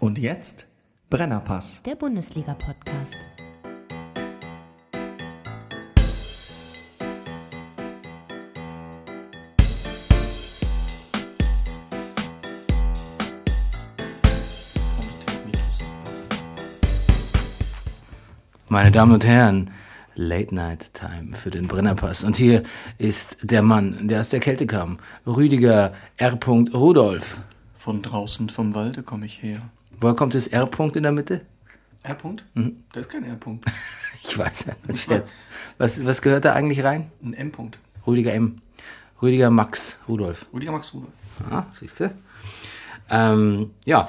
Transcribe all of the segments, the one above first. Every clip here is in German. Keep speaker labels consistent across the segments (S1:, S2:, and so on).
S1: Und jetzt Brennerpass.
S2: Der Bundesliga-Podcast.
S3: Meine Damen und Herren, Late Night Time für den Brennerpass. Und hier ist der Mann, der aus der Kälte kam, Rüdiger R. Rudolf.
S1: Von draußen vom Walde komme ich her.
S3: Woher kommt das R. in der Mitte? Mhm.
S1: R-Punkt? Da ist kein R-Punkt.
S3: Ich weiß ja nicht. Jetzt. Was, was gehört da eigentlich rein?
S1: Ein M-Punkt.
S3: Rüdiger M. Rüdiger Max Rudolf.
S1: Rüdiger Max Rudolf.
S3: Ah, siehst du? Ähm, ja,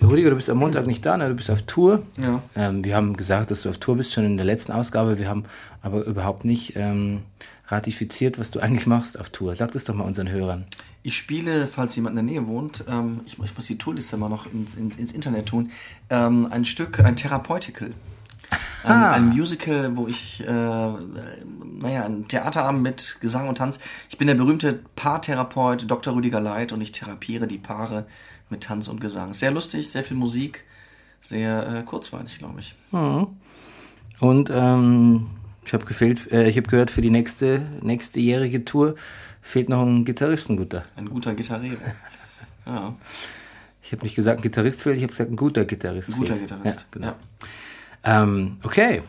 S3: Rüdiger, du bist am Montag nicht da, ne? du bist auf Tour.
S1: Ja.
S3: Ähm, wir haben gesagt, dass du auf Tour bist, schon in der letzten Ausgabe. Wir haben aber überhaupt nicht ähm, ratifiziert, was du eigentlich machst auf Tour. Sag das doch mal unseren Hörern.
S1: Ich spiele, falls jemand in der Nähe wohnt, ähm, ich, muss- ich muss die Tourliste mal noch ins, in, ins Internet tun, ähm, ein Stück, ein Therapeutical. Ein,
S3: Ah.
S1: ein Musical, wo ich, äh, äh, naja, ein Theaterabend mit Gesang und Tanz. Ich bin der berühmte Paartherapeut Dr. Rüdiger Leit und ich therapiere die Paare mit Tanz und Gesang. Sehr lustig, sehr viel Musik, sehr äh, kurzweilig, glaube ich.
S3: Und ähm, ich habe gefehlt, äh, ich habe gehört, für die nächste, nächste jährige Tour fehlt noch ein Gitarristen guter.
S1: Ein guter Gitarrero. Ja,
S3: Ich habe nicht gesagt, ein Gitarrist fehlt, ich habe gesagt, ein guter Gitarrist.
S1: guter
S3: fehlt.
S1: Gitarrist.
S3: Ja, genau.
S1: ja.
S3: Ähm, okay.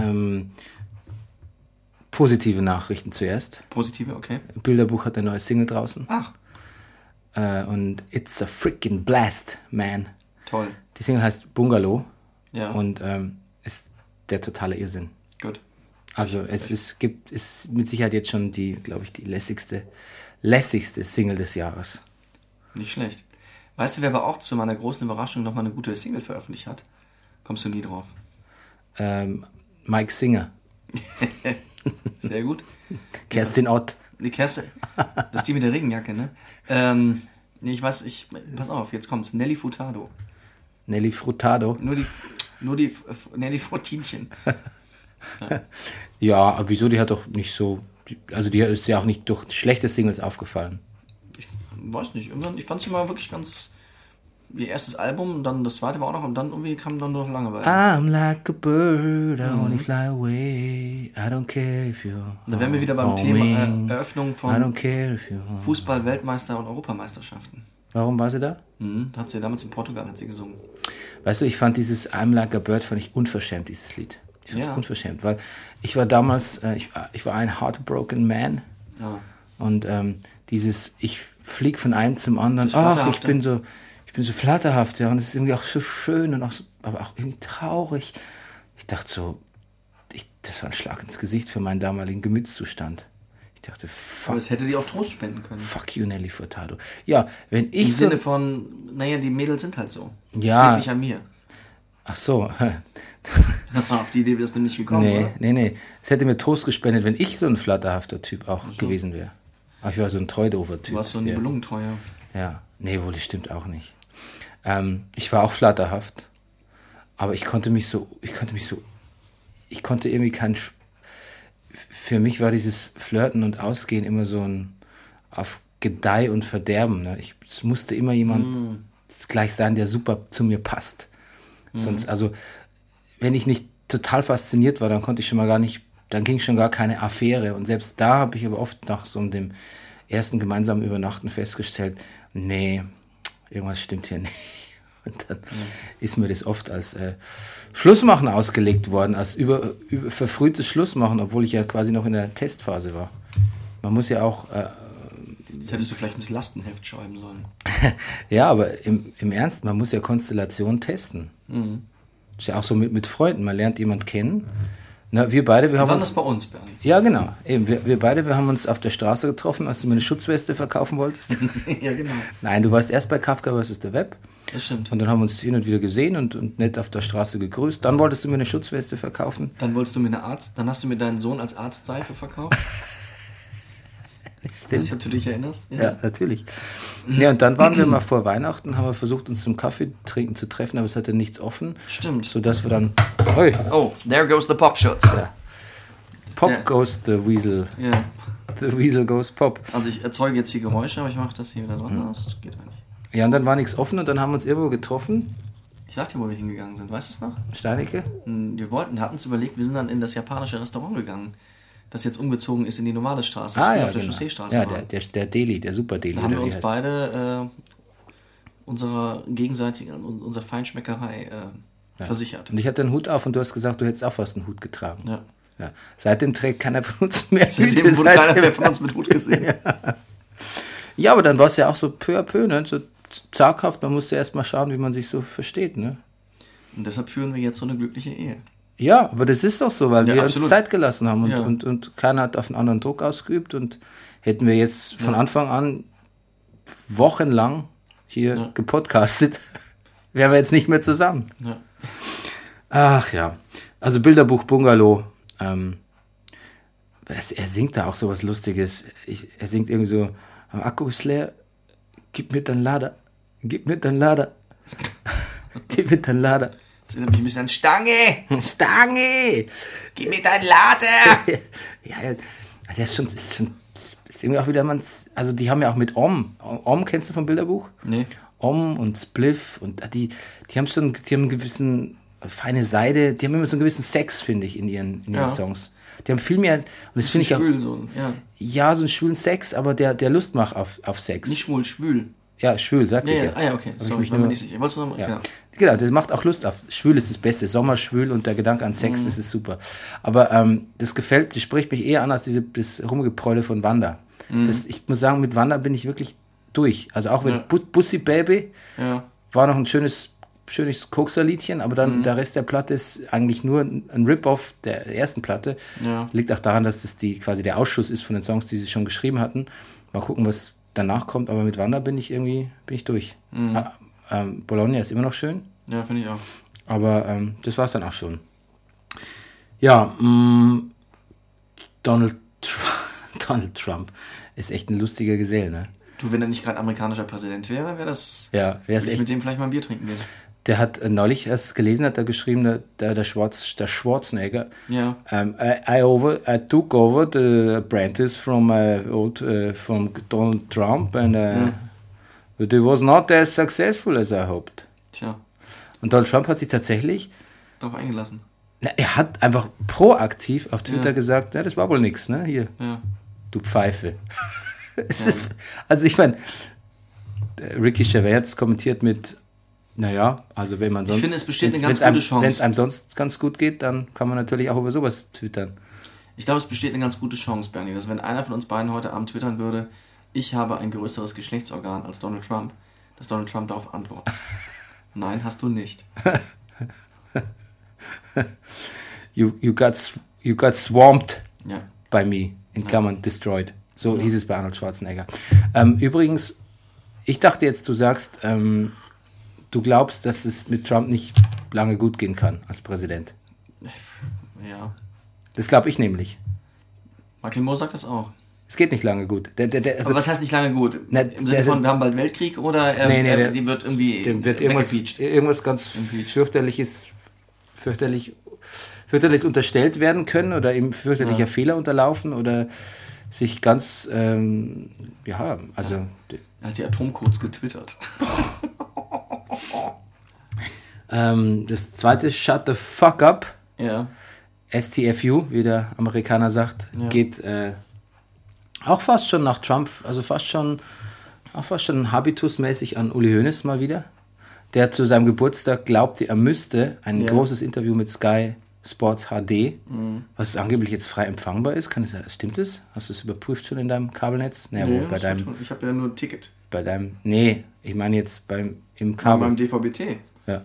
S3: Ähm, positive Nachrichten zuerst.
S1: Positive, okay.
S3: Bilderbuch hat eine neue Single draußen.
S1: Ach,
S3: Äh, und It's a freaking blast, man.
S1: toll.
S3: Die Single heißt Bungalow
S1: Ja,
S3: und ähm, ist der totale Irrsinn.
S1: gut.
S3: Also es ist, gibt, ist mit Sicherheit jetzt schon die, glaube ich, die lässigste, lässigste Single des Jahres.
S1: Nicht schlecht. Weißt du, wer aber auch zu meiner großen Überraschung nochmal eine gute Single veröffentlicht hat? Kommst du nie drauf.
S3: Ähm, Mike Singer,
S1: Sehr gut.
S3: Kerstin Ott.
S1: Die Kerstin, das ist die mit der Regenjacke, ne? Ähm, nee, ich weiß, ich, pass auf, jetzt kommt's. Nelly Furtado.
S3: Nelly Furtado.
S1: Nur die, nur die, Nelly Furtinchen.
S3: Ja, aber wieso? Die hat doch nicht so. die- Also, die ist ja auch nicht durch schlechte Singles aufgefallen.
S1: Ich weiß nicht, irgendwann, ich fand sie mal wirklich ganz, ihr erstes Album, und dann das zweite war auch noch, und dann irgendwie kam dann nur noch Langeweile.
S3: I'm like a bird, I only fly away. I don't care if you.
S1: Mhm. Da wären wir wieder beim
S3: Oh,
S1: Thema
S3: man.
S1: äh, Eröffnung
S3: I don't
S1: von
S3: care if you.
S1: Fußball-Weltmeister- und Europameisterschaften.
S3: Warum war sie da?
S1: Mhm, hat sie damals in Portugal hat sie gesungen.
S3: Weißt du, ich fand dieses I'm Like a Bird, fand ich unverschämt, dieses Lied. Ich fand es
S1: Ja.
S3: unverschämt, weil ich war damals, äh, ich, war- ich war ein heartbroken man
S1: Ja.
S3: und ähm, dieses, ich flieg von einem zum anderen,
S1: Das
S3: ach, ich
S1: Flatterhafte.
S3: bin so, ich bin so flatterhaft, ja, und es ist irgendwie auch so schön und auch, so- aber auch irgendwie traurig. Ich dachte so, ich, das war ein Schlag ins Gesicht für meinen damaligen Gemütszustand. Ich dachte,
S1: Aber
S3: fuck,
S1: es hätte die auch Trost spenden können.
S3: fuck you, Nelly Furtado. Ja, wenn
S1: Im
S3: ich so
S1: Sinne von, naja, die Mädels sind halt so.
S3: Ja.
S1: Das liegt nicht an mir.
S3: Ach so.
S1: Auf die Idee wirst du nicht gekommen,
S3: Nee,
S1: oder?
S3: nee, nee. Es hätte mir Trost gespendet, wenn ich so ein flatterhafter Typ auch gewesen wäre. Aber ich war so ein treudover Typ.
S1: Du warst so ein
S3: ja.
S1: Belungentreuer.
S3: ja. Nee, wohl, das stimmt auch nicht. Ähm, ich war auch flatterhaft, aber ich konnte mich so, ich konnte mich so, ich konnte irgendwie kein, Sch- für mich war dieses Flirten und Ausgehen immer so ein auf Gedeih und Verderben. Ne? Ich, es musste immer jemand gleich sein, der super zu mir passt. Sonst, also, wenn ich nicht total fasziniert war, dann konnte ich schon mal gar nicht, dann ging schon gar keine Affäre. Und selbst da habe ich aber oft nach so dem ersten gemeinsamen Übernachten festgestellt, nee, irgendwas stimmt hier nicht. Und dann ist mir das oft als äh, Schlussmachen ausgelegt worden, als über, über, verfrühtes Schlussmachen, obwohl ich ja quasi noch in der Testphase war. Man muss ja auch äh,
S1: Das hättest du vielleicht ins Lastenheft schreiben sollen.
S3: Ja, aber im, im Ernst, man muss ja Konstellation testen. Ist ja auch so mit, mit Freunden. Man lernt jemand kennen. Na, wir beide, wir haben
S1: Wann
S3: uns,
S1: das bei uns, Bernie?
S3: ja genau, eben, wir, wir beide, wir haben uns auf der Straße getroffen, als du mir eine Schutzweste verkaufen wolltest.
S1: ja, genau.
S3: Nein, du warst erst bei Kafka vs. The Web
S1: Das stimmt.
S3: und dann haben wir uns hin und wieder gesehen und, und nett auf der Straße gegrüßt. Dann wolltest du mir eine Schutzweste verkaufen.
S1: Dann wolltest du mir eine Arzt, dann hast du mir deinen Sohn als Arztseife verkauft. Weißt du, ob du dich erinnerst?
S3: Ja, natürlich. Ja, und dann waren wir mal vor Weihnachten, haben wir versucht, uns zum Kaffee trinken zu treffen, aber es hatte nichts offen,
S1: Stimmt.
S3: sodass wir dann, hey,
S1: Oh, there goes the pop shots.
S3: Pop
S1: Ja.
S3: goes the Weasel.
S1: Ja.
S3: The Weasel goes pop.
S1: Also ich erzeuge jetzt hier Geräusche, aber ich mache das hier wieder dran. Das geht eigentlich.
S3: Ja, und dann war nichts offen und dann haben wir uns irgendwo getroffen.
S1: Ich Ich sag dir, wo wir hingegangen sind. Weißt du es noch?
S3: Steinecke?
S1: Wir wollten, hatten es überlegt, wir sind dann in das japanische Restaurant gegangen, das jetzt umgezogen ist in die normale Straße, das
S3: Ah,
S1: früher
S3: ja,
S1: auf der
S3: genau.
S1: Chausseestraße
S3: ja
S1: war.
S3: der, der, der Deli, der Super Deli.
S1: da haben wir uns beide äh, unserer gegenseitigen, un- unserer Feinschmeckerei äh, versichert.
S3: Und ich hatte einen Hut auf und du hast gesagt, du hättest auch fast einen Hut getragen.
S1: Ja.
S3: Ja. Seitdem trägt keiner von uns mehr
S1: Seitdem
S3: Hüte,
S1: wurde keiner
S3: seitdem-
S1: mehr von uns mit Hut gesehen.
S3: Ja, aber dann war es ja auch so peu à peu, ne? so zaghaft. Man musste erst mal schauen, wie man sich so versteht. Ne?
S1: Und deshalb führen wir jetzt so eine glückliche Ehe.
S3: Ja, aber das ist doch so, weil
S1: Ja,
S3: wir
S1: absolut.
S3: uns Zeit gelassen haben und,
S1: Ja.
S3: und, und keiner hat auf den anderen Druck ausgeübt. Und hätten wir jetzt von Anfang an wochenlang hier gepodcastet, wären wir jetzt nicht mehr zusammen.
S1: Ja.
S3: Ach ja. Also Bilderbuch Bungalow. Ähm, es, er singt da auch sowas Lustiges. Ich, er singt irgendwie so, am Akku ist leer, gib mir dein Lader, gib mir dein Lader, gib mir dein Lader.
S1: Das erinnert mich ein bisschen an Stange!
S3: Stange!
S1: Gib mir dein Lader!
S3: ja, ja, der ist schon, ist schon ist irgendwie auch wieder man, also die haben ja auch mit Om, Om kennst du vom Bilderbuch?
S1: Nee.
S3: Om und Spliff und ah, die, die haben schon, die haben einen gewissen äh, feine Seide, die haben immer so einen gewissen Sex, finde ich, in ihren, in ihren
S1: Ja.
S3: Songs. Die haben viel mehr, und das finde
S1: Nicht
S3: ich auch,
S1: schwül so. Ja.
S3: ja, so einen schwulen Sex, aber der, der Lust macht auf, auf Sex.
S1: Nicht schwul, schwül.
S3: ja, schwül, sagte
S1: Ja,
S3: ich
S1: ja.
S3: ja.
S1: Ah ja, okay.
S3: Hab ich
S1: Sorry,
S3: mich
S1: ich war
S3: nur-
S1: mir nicht sicher. Wolltest du nochmal?
S3: ja.
S1: Ja.
S3: Genau, das macht auch Lust auf. Schwül ist das Beste. Sommer schwül und der Gedanke an Sex das ist super. Aber ähm, das gefällt, das spricht mich eher an als diese, das Rumgeprolle von Wanda. Das, ich muss sagen, mit Wanda bin ich wirklich durch. Also auch mit
S1: Ja.
S3: Bu Bussi Baby
S1: ja.
S3: war noch ein schönes, schönes Kokserliedchen, aber
S1: Mhm.
S3: dann der Rest der Platte ist eigentlich nur ein ein Rip-Off der ersten Platte.
S1: Ja.
S3: Liegt auch daran, dass das die, quasi der Ausschuss ist von den Songs, die sie schon geschrieben hatten. Mal gucken, was danach kommt, aber mit Wanda bin ich irgendwie bin ich durch.
S1: Mhm.
S3: Ah, ähm, Bologna ist immer noch schön.
S1: Ja, finde ich auch.
S3: Aber ähm, das war's dann auch schon. Ja, mh, Donald, Tr- Donald Trump ist echt ein lustiger Gesell, ne?
S1: Du, wenn er nicht gerade amerikanischer Präsident wäre, wäre das.
S3: Ja, wer ist
S1: Würde ich mit
S3: echt.
S1: dem vielleicht mal ein Bier trinken gehen.
S3: Der hat äh, neulich erst gelesen, hat er geschrieben, der, der, der, Schwarz, der Schwarzenegger.
S1: Ja.
S3: Um, I, I over, I took over the apprentice from uh, old, uh, from Donald Trump and uh, but it was not as successful as I hoped.
S1: Tja,
S3: Und Donald Trump hat sich tatsächlich
S1: darauf eingelassen.
S3: Na, er hat einfach proaktiv auf Twitter
S1: Ja.
S3: gesagt, ja, das war wohl nix, ne? Hier,
S1: Ja.
S3: du Pfeife. es ist, also ich meine, Ricky Gervais hat es kommentiert mit, naja, also wenn man sonst...
S1: finde, es besteht eine ganz
S3: wenn's-
S1: gute
S3: wenn's
S1: Chance.
S3: einem, Wenn es einem sonst ganz gut geht, dann kann man natürlich auch über sowas twittern.
S1: Ich glaube, es besteht eine ganz gute Chance, Bernie, dass wenn einer von uns beiden heute Abend twittern würde, ich habe ein größeres Geschlechtsorgan als Donald Trump, dass Donald Trump darauf antwortet. Nein, hast du nicht.
S3: You, you, got, sw- you got swamped
S1: Ja.
S3: by me, in Klammern destroyed. So hieß es bei Arnold Schwarzenegger. Ähm, übrigens, ich dachte jetzt, du sagst, ähm, du glaubst, dass es mit Trump nicht lange gut gehen kann als Präsident.
S1: Ja.
S3: Das glaube ich nämlich.
S1: Michael Moore sagt das auch.
S3: Es geht nicht lange gut. Der, der, der, also,
S1: Aber was heißt nicht lange gut?
S3: Na,
S1: Im
S3: der-
S1: Sinne von, wir haben bald Weltkrieg oder ähm,
S3: Nee, nee,
S1: er-
S3: der-
S1: die wird irgendwie
S3: dem wird irgendwas,
S1: weggepeatscht?
S3: irgendwas ganz fürchterliches, fürchterlich, fürchterliches unterstellt werden können oder eben fürchterlicher Fehler unterlaufen oder sich ganz, ähm, ja, also
S1: Er hat die Atomcodes getwittert.
S3: Ähm, das zweite Shut the fuck up,
S1: Ja.
S3: STFU, wie der Amerikaner sagt,
S1: Ja.
S3: geht äh, auch fast schon nach Trump, also fast schon, auch fast schon habitusmäßig an Uli Hoeneß mal wieder, der zu seinem Geburtstag glaubte, er müsste ein
S1: Ja. Mhm.
S3: großes Interview mit Sky Sports HD, was angeblich jetzt frei empfangbar ist, kann es, stimmt es? Hast du es überprüft schon in deinem Kabelnetz? Naja,
S1: Nee,
S3: wohl, bei
S1: das wird
S3: deinem,
S1: schon- ich habe ja nur ein Ticket.
S3: bei deinem, nee, ich meine jetzt beim, im Kabel.
S1: Beim DVB-T.
S3: Ja.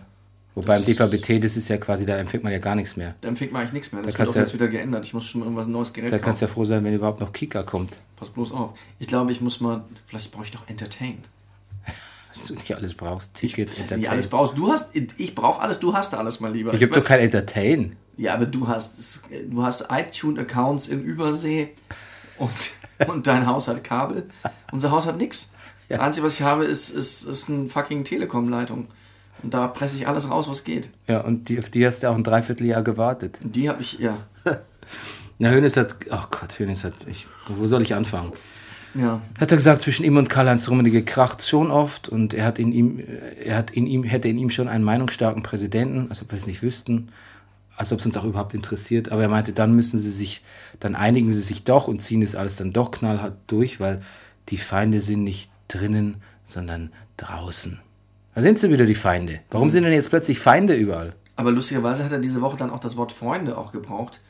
S3: Wobei im DVB-T, das ist ja quasi, da empfängt man ja gar nichts mehr.
S1: Da empfängt man eigentlich nichts mehr. Das wird
S3: kannst
S1: auch
S3: du-
S1: jetzt wieder geändert. Ich muss schon irgendwas ein neues Gerät
S3: Da
S1: kaufen.
S3: kannst du ja froh sein, wenn überhaupt noch Kika kommt.
S1: Pass bloß auf. Ich glaube, ich muss mal. Vielleicht brauche ich doch Entertain.
S3: Dass du nicht alles brauchst.
S1: Ich,
S3: Tickets,
S1: das heißt, nicht
S3: Entertain.
S1: alles brauchst. Du hast. Ich brauche alles, du hast alles, mein Lieber.
S3: Ich habe doch
S1: weiß-
S3: kein Entertain.
S1: ja, aber du hast es- äh, du hast iTunes-Accounts in Übersee und, und dein Haus hat Kabel. Unser Haus hat nichts. Das Einzige, was ich habe, ist, ist, ist eine fucking Telekom-Leitung. Und da presse ich alles raus, was geht.
S3: Ja, und die, auf die hast du auch ein Dreivierteljahr gewartet.
S1: Und die habe ich, ja.
S3: Na, Hönes hat. Oh Gott, Hönes hat. Ich, wo soll ich anfangen?
S1: Ja.
S3: Hat er gesagt, zwischen ihm und Karl-Heinz Rummenigge kracht schon oft und er hat in ihm, äh, er hat in ihm, hätte in ihm schon einen meinungsstarken Präsidenten, als ob wir es nicht wüssten, als ob es uns auch überhaupt interessiert. Aber er meinte, dann müssen sie sich, dann einigen sie sich doch und ziehen das alles dann doch knallhart durch, weil die Feinde sind nicht drinnen, sondern draußen. Da sind sie wieder die Feinde. Warum sind denn jetzt plötzlich Feinde überall?
S1: Aber lustigerweise hat er diese Woche dann auch das Wort Freunde auch gebraucht.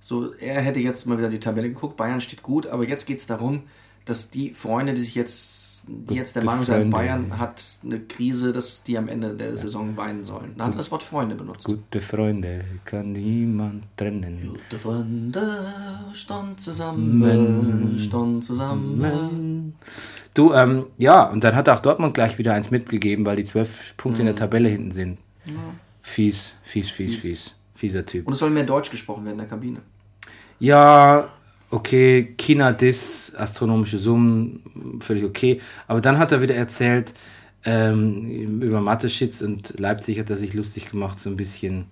S1: So, er hätte jetzt mal wieder die Tabelle geguckt, Bayern steht gut, aber jetzt geht es darum, dass die Freunde, die sich jetzt, die jetzt der
S3: Gute
S1: Meinung sind,
S3: Freunde,
S1: Bayern
S3: ja.
S1: hat eine Krise, dass die am Ende der Saison weinen sollen. Dann hat er das Wort Freunde benutzt.
S3: Gute Freunde kann niemand trennen.
S1: Gute Freunde, stand zusammen, stand zusammen.
S3: Du, ähm, ja, und dann hat auch Dortmund gleich wieder eins mitgegeben, weil die zwölf Punkte in der Tabelle hinten sind. Fies, fies, fies, fies. Fieser Typ.
S1: Und es soll mehr Deutsch gesprochen werden in der Kabine.
S3: Ja, okay, China Dis, astronomische Summen, völlig okay. Aber dann hat er wieder erzählt ähm, über Mateschitz und Leipzig hat er sich lustig gemacht, so ein bisschen.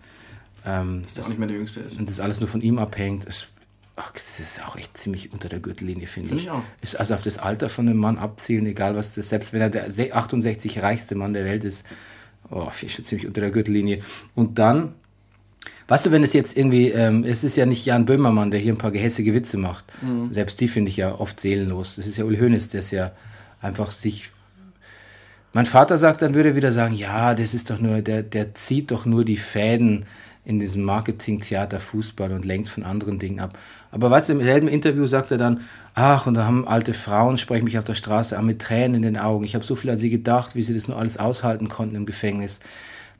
S3: Ähm,
S1: Ist ja auch nicht mehr der Jüngste ist.
S3: und das alles nur von ihm abhängt. Es, ach, das ist auch echt ziemlich unter der Gürtellinie, finde
S1: Finde
S3: ich.
S1: ich auch.
S3: Ist also auf das Alter von einem Mann abzielen, egal was das, selbst wenn er der se- 68 reichste Mann der Welt ist. Oh, finde ich schon ziemlich unter der Gürtellinie. Und dann, weißt du, wenn es jetzt irgendwie, ähm, es ist ja nicht Jan Böhmermann, der hier ein paar gehässige Witze macht.
S1: Mhm.
S3: Selbst die finde ich ja oft seelenlos. Das ist ja Uli Hoeneß, der es ja einfach sich mein Vater sagt, dann würde er wieder sagen, ja, das ist doch nur, der, der zieht doch nur die Fäden in diesem Marketing, Theater, Fußball und lenkt von anderen Dingen ab. Aber weißt du, im selben Interview sagt er dann, ach, und da haben alte Frauen, sprechen mich auf der Straße an mit Tränen in den Augen. Ich habe so viel an sie gedacht, wie sie das nur alles aushalten konnten im Gefängnis.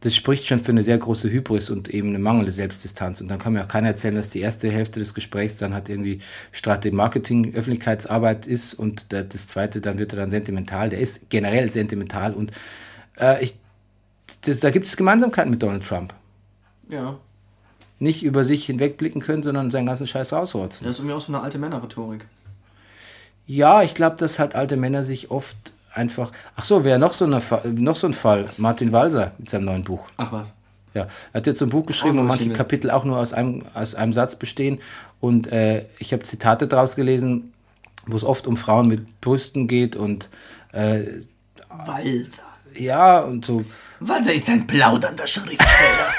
S3: Das spricht schon für eine sehr große Hybris und eben eine mangelnde Selbstdistanz. Und dann kann mir auch keiner erzählen, dass die erste Hälfte des Gesprächs dann halt irgendwie Strategie, Marketing, Öffentlichkeitsarbeit ist und da- das zweite, dann wird er dann sentimental. Der ist generell sentimental und äh, ich, das, da gibt es Gemeinsamkeiten mit Donald Trump.
S1: Ja,
S3: Nicht über sich hinwegblicken können, sondern seinen ganzen Scheiß rausrotzen.
S1: das ist irgendwie auch so eine alte Männerrhetorik.
S3: Ja, ich glaube, dass halt alte Männer sich oft einfach. Ach so, wäre noch, so eine Fa- noch so ein Fall. Martin Walser mit seinem neuen Buch.
S1: Ach was.
S3: Ja, er hat jetzt so ein Buch geschrieben,
S1: Auch
S3: wo
S1: noch
S3: manche
S1: Single.
S3: Kapitel auch nur aus einem, aus einem Satz bestehen. Und äh, ich habe Zitate draus gelesen, wo es oft um Frauen mit Brüsten geht und äh,
S1: Walter.
S3: ja, und so.
S1: Walter ist ein plaudernder Schriftsteller.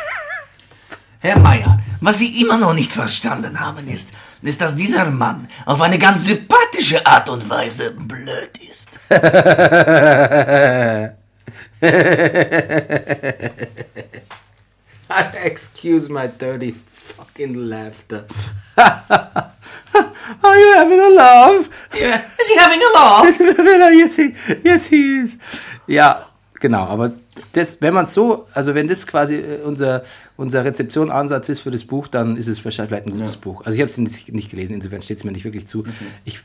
S1: Herr Meier, was Sie immer noch nicht verstanden haben ist, ist, dass dieser Mann auf eine ganz sympathische Art und Weise blöd ist.
S3: Excuse my dirty fucking laughter. Are you having a laugh?
S1: Is he having a laugh?
S3: Wenn er jetzt, hier- jetzt hier ist. Ja, genau, aber das, wenn man so, also wenn das quasi äh, unser, unser Rezeption-Ansatz ist für das Buch, dann ist es wahrscheinlich vielleicht ein gutes Buch. Also ich habe es nicht, nicht gelesen, insofern steht es mir nicht wirklich zu. Ich,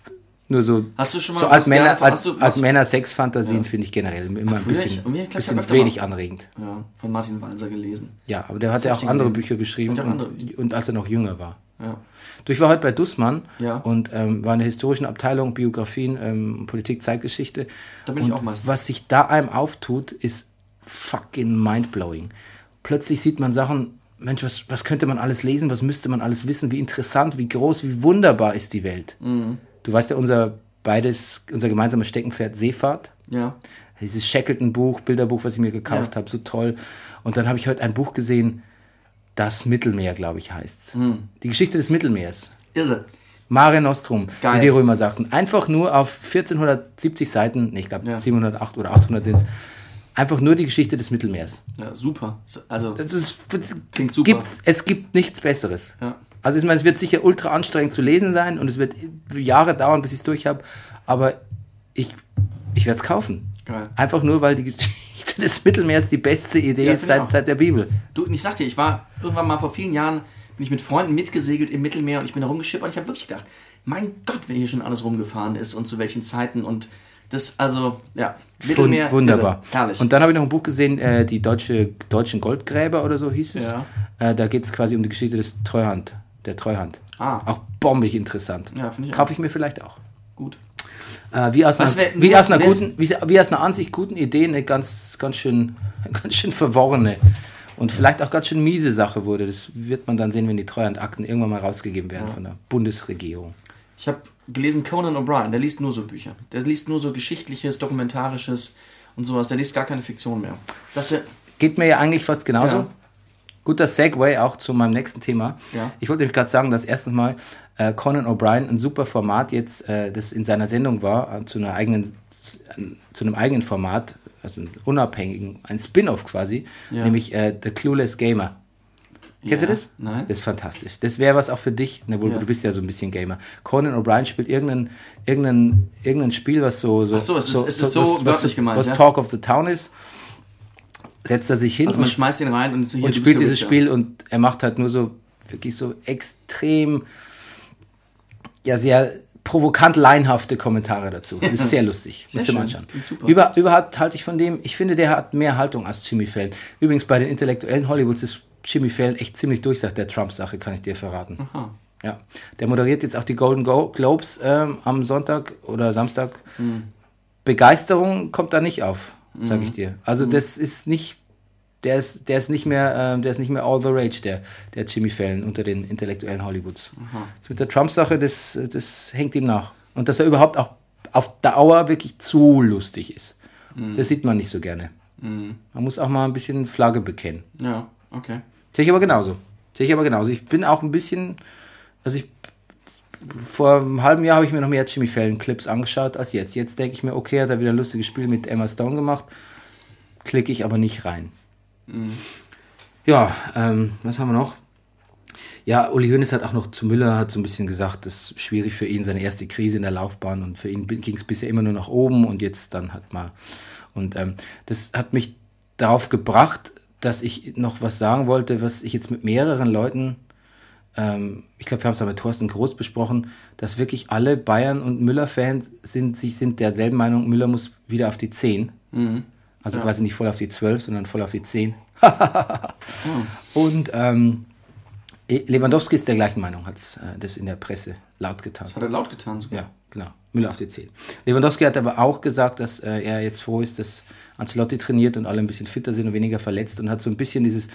S3: nur so,
S1: Hast du schon mal
S3: so
S1: was
S3: als Männer,
S1: gelernt?
S3: als,
S1: Hast du-
S3: als
S1: hast-
S3: Männer Sexfantasien finde ich generell immer ein
S1: früher, ich-
S3: bisschen,
S1: und mir, ich glaub, ich hab
S3: bisschen
S1: öfter mal-
S3: wenig anregend.
S1: Ja, von Martin Walser gelesen.
S3: Ja, aber der hat ja
S1: hab
S3: auch
S1: ich
S3: andere
S1: gelesen.
S3: Bücher geschrieben
S1: Hat ja auch
S3: und, und als er noch jünger war.
S1: Ja.
S3: Du, ich war heute bei Dussmann
S1: Ja.
S3: und ähm, war in der historischen Abteilung Biografien, ähm, Politik, Zeitgeschichte.
S1: Da bin ich
S3: und
S1: auch meistens.
S3: Was sich da einem auftut, ist fucking mindblowing. Plötzlich sieht man Sachen, Mensch, was, was könnte man alles lesen, was müsste man alles wissen, wie interessant, wie groß, wie wunderbar ist die Welt.
S1: Mhm.
S3: Du weißt ja, unser beides, unser gemeinsames Steckenpferd Seefahrt
S1: Ja.
S3: dieses Shackleton-Buch, Bilderbuch, was ich mir gekauft
S1: Ja.
S3: habe, so toll. Und dann habe ich heute ein Buch gesehen, das Mittelmeer, glaube ich, heißt es.
S1: Mhm.
S3: Die Geschichte des Mittelmeers.
S1: Irre.
S3: Mare Nostrum,
S1: Geil.
S3: wie die Römer sagten. Einfach nur auf 1470 Seiten, nee, ich glaube
S1: Ja.
S3: 708 oder 800 sind es, einfach nur die Geschichte des Mittelmeers.
S1: Ja, super. So- Also,
S3: Das ist,
S1: Klingt super.
S3: Gibt's, es gibt nichts Besseres.
S1: Ja.
S3: Also ich meine, es wird sicher ultra anstrengend zu lesen sein und es wird Jahre dauern, bis ich es durch habe, aber ich, ich werde es kaufen.
S1: Geil.
S3: Einfach nur, weil die Geschichte des Mittelmeers die beste Idee
S1: Ja, genau.
S3: ist
S1: finde ich auch.
S3: seit, seit der Bibel.
S1: du, und ich sag dir, ich war irgendwann mal vor vielen Jahren, bin ich mit Freunden mitgesegelt im Mittelmeer und ich bin da rumgeschippert und ich habe wirklich gedacht, mein Gott, wenn hier schon alles rumgefahren ist und zu welchen Zeiten und das, also, ja, Mittelmeer.
S3: Wund- wunderbar.
S1: Irre. Herrlich.
S3: Und dann habe ich noch ein Buch gesehen, äh, die deutsche, deutschen Goldgräber oder so hieß es.
S1: Ja.
S3: Äh, da geht es quasi um die Geschichte des Treuhand, der Treuhand.
S1: Ah.
S3: Auch bombig interessant.
S1: Ja, finde ich auch.
S3: Kaufe ich mir vielleicht auch.
S1: Gut.
S3: Äh, wie, aus
S1: Was
S3: einer,
S1: wär-
S3: wie,
S1: nur
S3: aus einer
S1: lesen-
S3: guten, wie, wie aus einer an sich guten Idee eine ganz, ganz schön, ganz schön verworrene und vielleicht auch ganz schön miese Sache wurde. Das wird man dann sehen, wenn die Treuhandakten irgendwann mal rausgegeben werden von der Bundesregierung.
S1: Ich Ich habe gelesen Conan O'Brien, der liest nur so Bücher. Der liest nur so Geschichtliches, Dokumentarisches und sowas. Der liest gar keine Fiktion mehr. Ich sagte,
S3: Geht mir ja eigentlich fast genauso.
S1: Ja.
S3: Guter Segway auch zu meinem nächsten Thema.
S1: Ja.
S3: Ich wollte nämlich gerade sagen, dass erstens mal äh, Conan O'Brien ein super Format jetzt, äh, das in seiner Sendung war, äh, zu, einer eigenen, äh, zu einem eigenen Format, also einem unabhängigen, ein Spin-off quasi,
S1: Ja.
S3: nämlich äh, The Clueless Gamer. Kennst
S1: ja,
S3: du das?
S1: Nein.
S3: Das ist fantastisch. Das wäre was auch für dich, ne, wo
S1: Ja.
S3: du bist ja so ein bisschen Gamer. Conan O'Brien spielt irgendein, irgendein, irgendein Spiel, was so. so Ach
S1: so, es ist- es ist so wörtlich gemeint,
S3: Was
S1: ja.
S3: Talk of the Town ist. Setzt er sich hin
S1: also man schmeißt den rein und, so, hier,
S3: und
S1: du bist
S3: spielt
S1: der
S3: dieses
S1: Witcher.
S3: Spiel und er macht halt nur so wirklich so extrem, ja, sehr provokant leinhafte Kommentare dazu. Das ist sehr lustig. Sehr Musst du mal
S1: schön.
S3: anschauen.
S1: Klingt super.
S3: Über, überhaupt halte ich von dem, ich finde, der hat mehr Haltung als Jimmy Fallon. Übrigens, bei den intellektuellen Hollywoods ist Jimmy Fallon echt ziemlich durch, sagt der Trump-Sache, kann ich dir verraten.
S1: Aha.
S3: Ja, der moderiert jetzt auch die Golden Go Globes ähm, am Sonntag oder Samstag.
S1: Mhm.
S3: Begeisterung kommt da nicht auf, sage ich dir. Also das ist nicht, der ist, der ist nicht mehr, ähm, der ist nicht mehr all the rage, der, der Jimmy Fallon unter den intellektuellen Hollywoods. Das mit der Trump-Sache, das, das hängt ihm nach. Und dass er überhaupt auch auf Dauer wirklich zu lustig ist. Das sieht man nicht so gerne. Man muss auch mal ein bisschen Flagge bekennen.
S1: Ja, okay.
S3: Sehe ich aber genauso. Sehe ich aber genauso. Ich bin auch ein bisschen, also ich, vor einem halben Jahr habe ich mir noch mehr Jimmy Fallon Clips angeschaut als jetzt. Jetzt denke ich mir, okay, hat er wieder ein lustiges Spiel mit Emma Stone gemacht. Klicke ich aber nicht rein. Ja, ähm, was haben wir noch? Ja, Uli Hoeneß hat auch noch zu Müller hat so ein bisschen gesagt, es ist schwierig für ihn, seine erste Krise in der Laufbahn und für ihn ging es bisher immer nur nach oben und jetzt dann hat mal. Und ähm, das hat mich darauf gebracht, dass ich noch was sagen wollte, was ich jetzt mit mehreren Leuten, ähm, ich glaube, wir haben es da mit Thorsten Groß besprochen, dass wirklich alle Bayern- und Müller-Fans sind, sich sind derselben Meinung, Müller muss wieder auf die 10. Also quasi nicht voll auf die 12, sondern voll auf die 10. Und ähm, Lewandowski ist der gleichen Meinung, hat äh, das in der Presse laut getan.
S1: Das hat er laut getan sogar.
S3: Ja, genau. Müller auf die 10. Lewandowski hat aber auch gesagt, dass äh, er jetzt froh ist, dass Ancelotti trainiert und alle ein bisschen fitter sind und weniger verletzt und hat so ein bisschen dieses,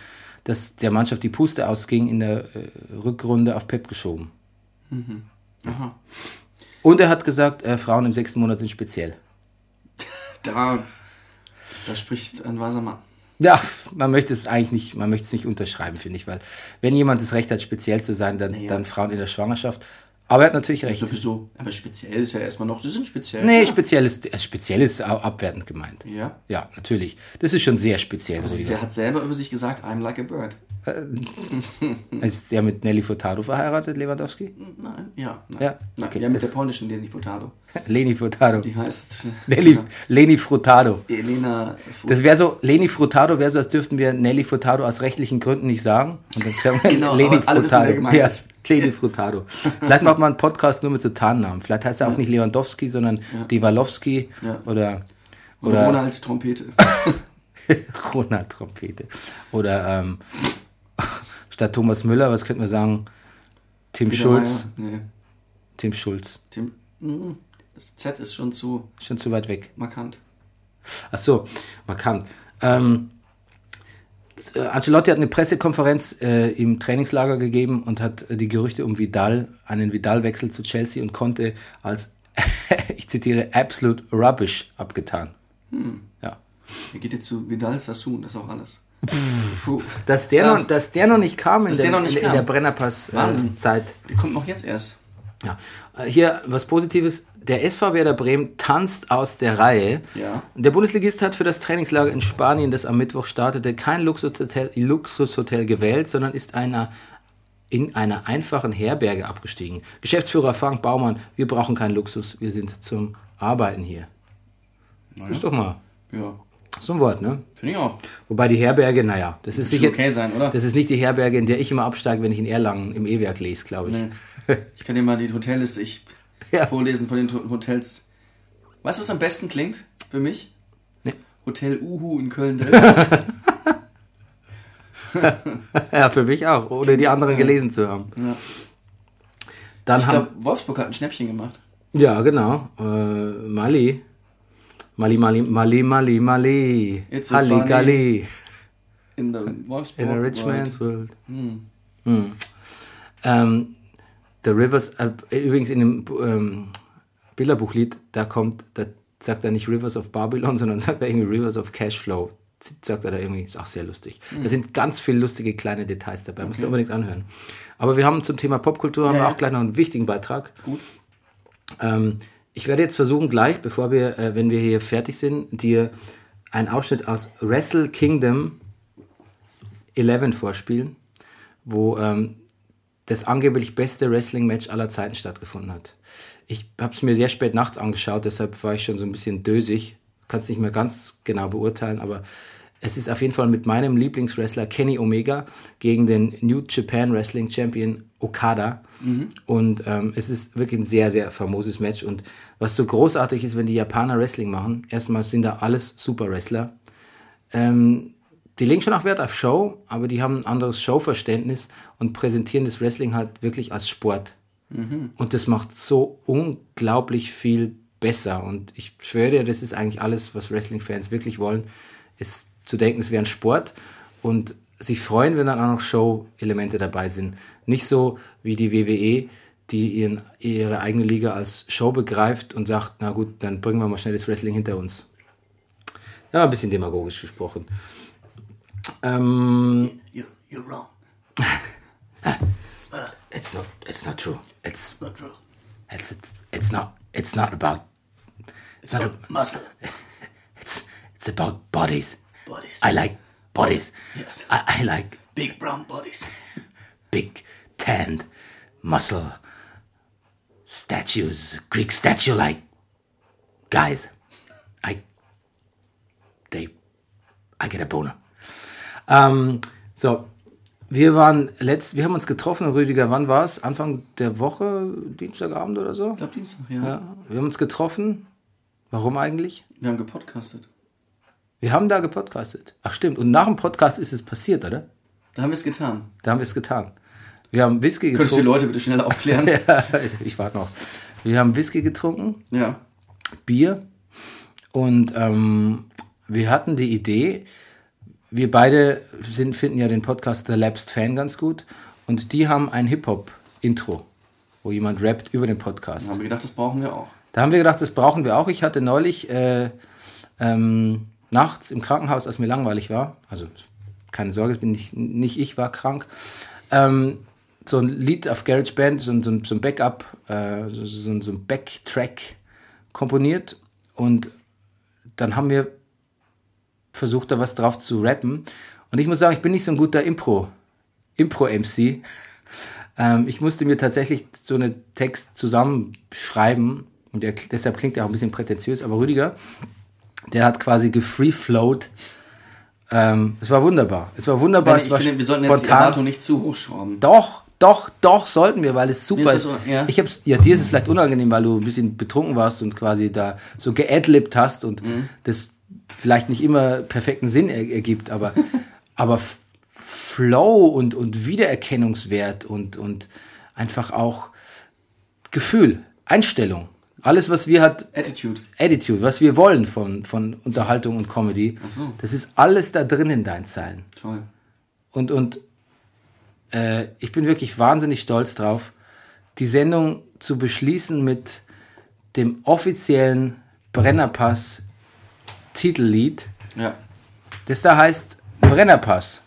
S3: dass der Mannschaft die Puste ausging, in der äh, Rückrunde auf Pep geschoben.
S1: Mhm. Aha.
S3: Und er hat gesagt, äh, Frauen im sechsten Monat sind speziell.
S1: Da, da spricht ein weiser Mann.
S3: Ja, man möchte es eigentlich nicht, man möchte es nicht unterschreiben, finde ich, weil wenn jemand das Recht hat, speziell zu sein, dann, dann Frauen in der Schwangerschaft. Aber er hat natürlich
S1: Also
S3: recht.
S1: Sowieso. Aber speziell ist ja erstmal noch, sie sind speziell.
S3: Nee, speziell ist, äh, speziell ist au- abwertend gemeint.
S1: Ja.
S3: Ja, natürlich. Das ist schon sehr speziell. Rudi.
S1: Sie hat selber über sich gesagt, I'm like a bird.
S3: Ist der mit Nelly Furtado verheiratet, Lewandowski?
S1: Nein, ja. Nein.
S3: Ja,
S1: Nein,
S3: okay,
S1: ja mit
S3: das-
S1: der polnischen Leni Furtado.
S3: Leni Furtado.
S1: Die heißt
S3: Nelly, Leni Furtado.
S1: Elena Furtado.
S3: Das wäre so, Leni Furtado wäre so, als dürften wir Nelly Furtado aus rechtlichen Gründen nicht sagen. Und dann sagen wir
S1: Genau, aber alle wissen, wer gemeint
S3: ja,
S1: ist.
S3: Leni Furtado. Vielleicht macht man einen Podcast nur mit so Tarnnamen. Vielleicht heißt er auch nicht Lewandowski, sondern Dewalowski
S1: Ja.
S3: oder,
S1: Und
S3: oder
S1: Ronald Trompete.
S3: Ronald Trompete. Oder ähm, statt Thomas Müller, was könnten wir sagen? Tim Schulz.
S1: Peter Mayer. Nee.
S3: Tim Schulz.
S1: Tim, mm, das Z ist schon zu
S3: Schon zu weit weg.
S1: markant.
S3: Ach so, markant. Ähm, äh, Ancelotti hat eine Pressekonferenz äh, im Trainingslager gegeben und hat äh, die Gerüchte um Vidal, einen Vidal-Wechsel zu Chelsea und konnte als, ich zitiere, absolute rubbish abgetan.
S1: Hm.
S3: Ja.
S1: Er geht jetzt zu Vidal Sassoon, das ist auch alles. Puh. Ähm,
S3: Dass der,
S1: Ja.
S3: noch, dass der noch nicht kam in
S1: Dass der
S3: der,
S1: noch nicht
S3: in, der- äh,
S1: kam.
S3: in der Brennerpass-Zeit.
S1: Wahnsinn. Der kommt noch jetzt erst.
S3: Ja. Äh, Hier was Positives. Der SV Werder Bremen tanzt aus der Reihe.
S1: Ja.
S3: Der Bundesligist hat für das Trainingslager in Spanien, das am Mittwoch startete, kein Luxushotel, Luxushotel gewählt, sondern ist einer in einer einfachen Herberge abgestiegen. Geschäftsführer Frank Baumann, wir brauchen keinen Luxus, wir sind zum Arbeiten hier. Ist doch mal
S1: Ja,
S3: so ein Wort, ne?
S1: finde ich auch.
S3: Wobei die Herberge, naja, das ist
S1: Schon
S3: sicher.
S1: okay sein, oder?
S3: Das ist nicht die Herberge, in der ich immer absteige, wenn ich in Erlangen im E-Werk lese, glaube ich.
S1: Ich kann dir mal die Hotelliste ich
S3: Ja.
S1: vorlesen von den To- Hotels. Weißt du, was am besten klingt für mich?
S3: Nee.
S1: Hotel Uhu in Köln.
S3: Ja, für mich auch, ohne die anderen gelesen zu haben.
S1: Ja.
S3: Dann
S1: Ich
S3: haben,
S1: glaube, Wolfsburg hat ein Schnäppchen gemacht.
S3: ja, genau, äh, Mali. Mali, Mali, Mali, Mali, Mali.
S1: It's a
S3: Halli,
S1: funny-
S3: Galli.
S1: In the Wolfsburg. Hmm.
S3: In a rich
S1: world.
S3: man's world. Hm. Hmm. Ähm, The Rivers, äh, übrigens in dem ähm, Bilderbuchlied, da kommt, da sagt er nicht Rivers of Babylon, sondern sagt er irgendwie Rivers of Cashflow. Sagt er da irgendwie, ist auch sehr lustig.
S1: Mhm.
S3: Da sind ganz viele lustige kleine Details dabei, müsst ihr unbedingt anhören. Aber wir haben zum Thema Popkultur haben
S1: Ja,
S3: wir
S1: ja.
S3: auch gleich noch einen wichtigen Beitrag. Ähm, ich werde jetzt versuchen, gleich, bevor wir, äh, wenn wir hier fertig sind, dir einen Ausschnitt aus Wrestle Kingdom 11 vorspielen, wo ähm, das angeblich beste Wrestling-Match aller Zeiten stattgefunden hat. Ich habe es mir sehr spät nachts angeschaut, deshalb war ich schon so ein bisschen dösig. Kann es nicht mehr ganz genau beurteilen, aber es ist auf jeden Fall mit meinem Lieblingswrestler Kenny Omega gegen den New Japan Wrestling Champion Okada. Und ähm, es ist wirklich ein sehr, sehr famoses Match. Und was so großartig ist, wenn die Japaner Wrestling machen, erstmal sind da alles Super-Wrestler. Ähm, die legen schon auch Wert auf Show, aber die haben ein anderes Showverständnis und präsentieren das Wrestling halt wirklich als Sport. Und das macht so unglaublich viel besser. Und ich schwöre dir, das ist eigentlich alles, was Wrestling-Fans wirklich wollen, ist zu denken, es wäre ein Sport und sich freuen, wenn dann auch noch Show-Elemente dabei sind. Nicht so wie die WWE, die ihren, ihre eigene Liga als Show begreift und sagt, na gut, dann bringen wir mal schnell das Wrestling hinter uns. Ja, ein bisschen demagogisch gesprochen. Ähm,
S1: You're, you're wrong.
S3: it's not, it's not true. It's,
S1: Not true.
S3: it's, it's not, it's not about, it's not, a-
S1: Muscle.
S3: it's, it's about bodies.
S1: Bodies.
S3: I like bodies.
S1: Yes.
S3: I, I like
S1: Big brown bodies.
S3: big, tanned, muscle statues, Greek statue-like guys. I, they, I get a boner. Ähm, so, wir waren letzt, wir haben uns getroffen, Rüdiger, wann war es? Anfang der Woche, Dienstagabend oder so?
S1: Ich glaube, Dienstag, ja. ja.
S3: Ja, wir haben uns getroffen. Warum eigentlich?
S1: Wir haben gepodcastet.
S3: Wir haben da gepodcastet. Ach stimmt, und nach dem Podcast ist es passiert, oder?
S1: Da haben wir es getan.
S3: Da haben wir es getan. Wir haben Whisky
S1: Könntest du die
S3: getrunken.
S1: Leute bitte schneller aufklären?
S3: Ja, ich warte noch. Wir haben Whisky getrunken,
S1: ja.
S3: Bier und ähm, wir hatten die Idee, wir beide sind, finden ja den Podcast The Lapsed Fan ganz gut und die haben ein Hip-Hop-Intro, wo jemand rappt über den Podcast.
S1: Da haben wir gedacht, das brauchen wir auch.
S3: Da haben wir gedacht, das brauchen wir auch. Ich hatte neulich äh, ähm, nachts im Krankenhaus, als mir langweilig war, also keine Sorge, es bin nicht, nicht ich war krank, ähm, so ein Lied auf GarageBand, so, ein- so, ein- so ein Backup, äh, so, so, ein- so ein Backtrack komponiert und dann haben wir versucht, da was drauf zu rappen. Und ich muss sagen, ich bin nicht so ein guter Impro, Impro-MC. Ähm, ich musste mir tatsächlich so einen Text zusammenschreiben. Und der, deshalb klingt er auch ein bisschen prätentiös. Aber Rüdiger, der hat quasi gefreeflowt. Ähm, es war wunderbar. Es war wunderbar.
S1: Ich
S3: es war
S1: finde, wir sollten jetzt die Erwartung nicht zu hoch schrauben.
S3: doch, doch, doch sollten wir, weil es
S1: Mir
S3: super
S1: ist das
S3: ist.
S1: un- ja.
S3: Ich hab's, ja, dir ist es vielleicht unangenehm, weil du ein bisschen betrunken warst und quasi da so geadlibt hast und
S1: Mhm.
S3: das vielleicht nicht immer perfekten Sinn er ergibt, aber, aber F- Flow und, und Wiedererkennungswert und, und einfach auch Gefühl, Einstellung. Alles, was wir hat,
S1: Attitude.
S3: Attitude, was wir wollen von, von Unterhaltung und Comedy,
S1: so.
S3: das ist alles da drin in deinen Zeilen.
S1: Toll.
S3: Und, und äh, ich bin wirklich wahnsinnig stolz drauf, die Sendung zu beschließen mit dem offiziellen Brennerpass Titellied,
S1: Ja.
S3: das da heißt Brennerpass.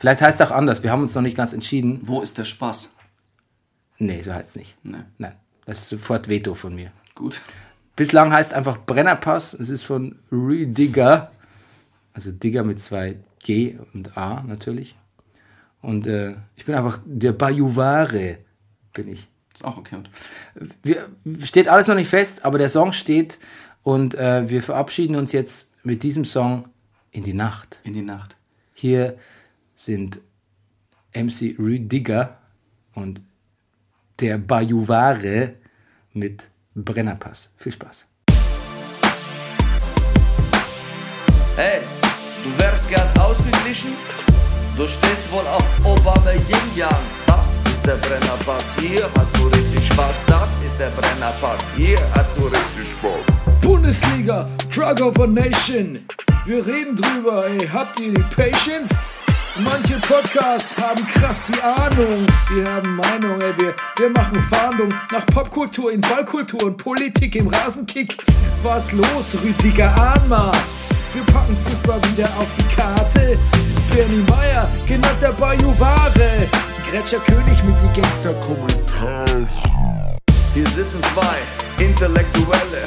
S3: Vielleicht heißt es auch anders, wir haben uns noch nicht ganz entschieden.
S1: Wo ist der Spaß?
S3: Nee, so heißt es nicht.
S1: Ne.
S3: Nein, das ist sofort Veto von mir.
S1: Gut.
S3: Bislang heißt es einfach Brennerpass. Es ist von Rüdiger. Also Digger mit zwei G und A natürlich. Und äh, ich bin einfach der Bajuware, bin ich.
S1: Ist auch okay.
S3: Wir, steht alles noch nicht fest, aber der Song steht. Und äh, wir verabschieden uns jetzt mit diesem Song in die Nacht.
S1: In die Nacht.
S3: Hier sind MC Rüdiger und der Bajuware mit Brennerpass. Viel Spaß.
S2: Hey, du wärst gern ausgeglichen? Du stehst wohl auf Obama Yin Yang. Das ist der Brennerpass. Hier hast du richtig Spaß. Das ist der Brennerpass. Hier hast du richtig Spaß.
S4: Bundesliga, Drug of a Nation. Wir reden drüber, ey, habt ihr die Patience?
S3: manche Podcasts haben krass die Ahnung. Wir haben Meinung, ey, wir, wir machen Fahndung nach Popkultur in Ballkultur und Politik im Rasenkick. Was los, Rüdiger Ahnma? Wir packen Fußball wieder auf die Karte. Bernie Meyer, genannt der Bayou Ware. Gretscher König mit die Gangster-Kommentare.
S2: Hier sitzen zwei Intellektuelle,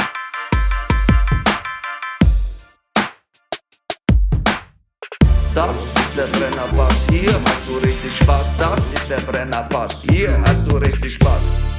S2: Das ist der Brennerpass, hier hast du richtig Spaß. Das ist der Brennerpass, hier hast du richtig Spaß.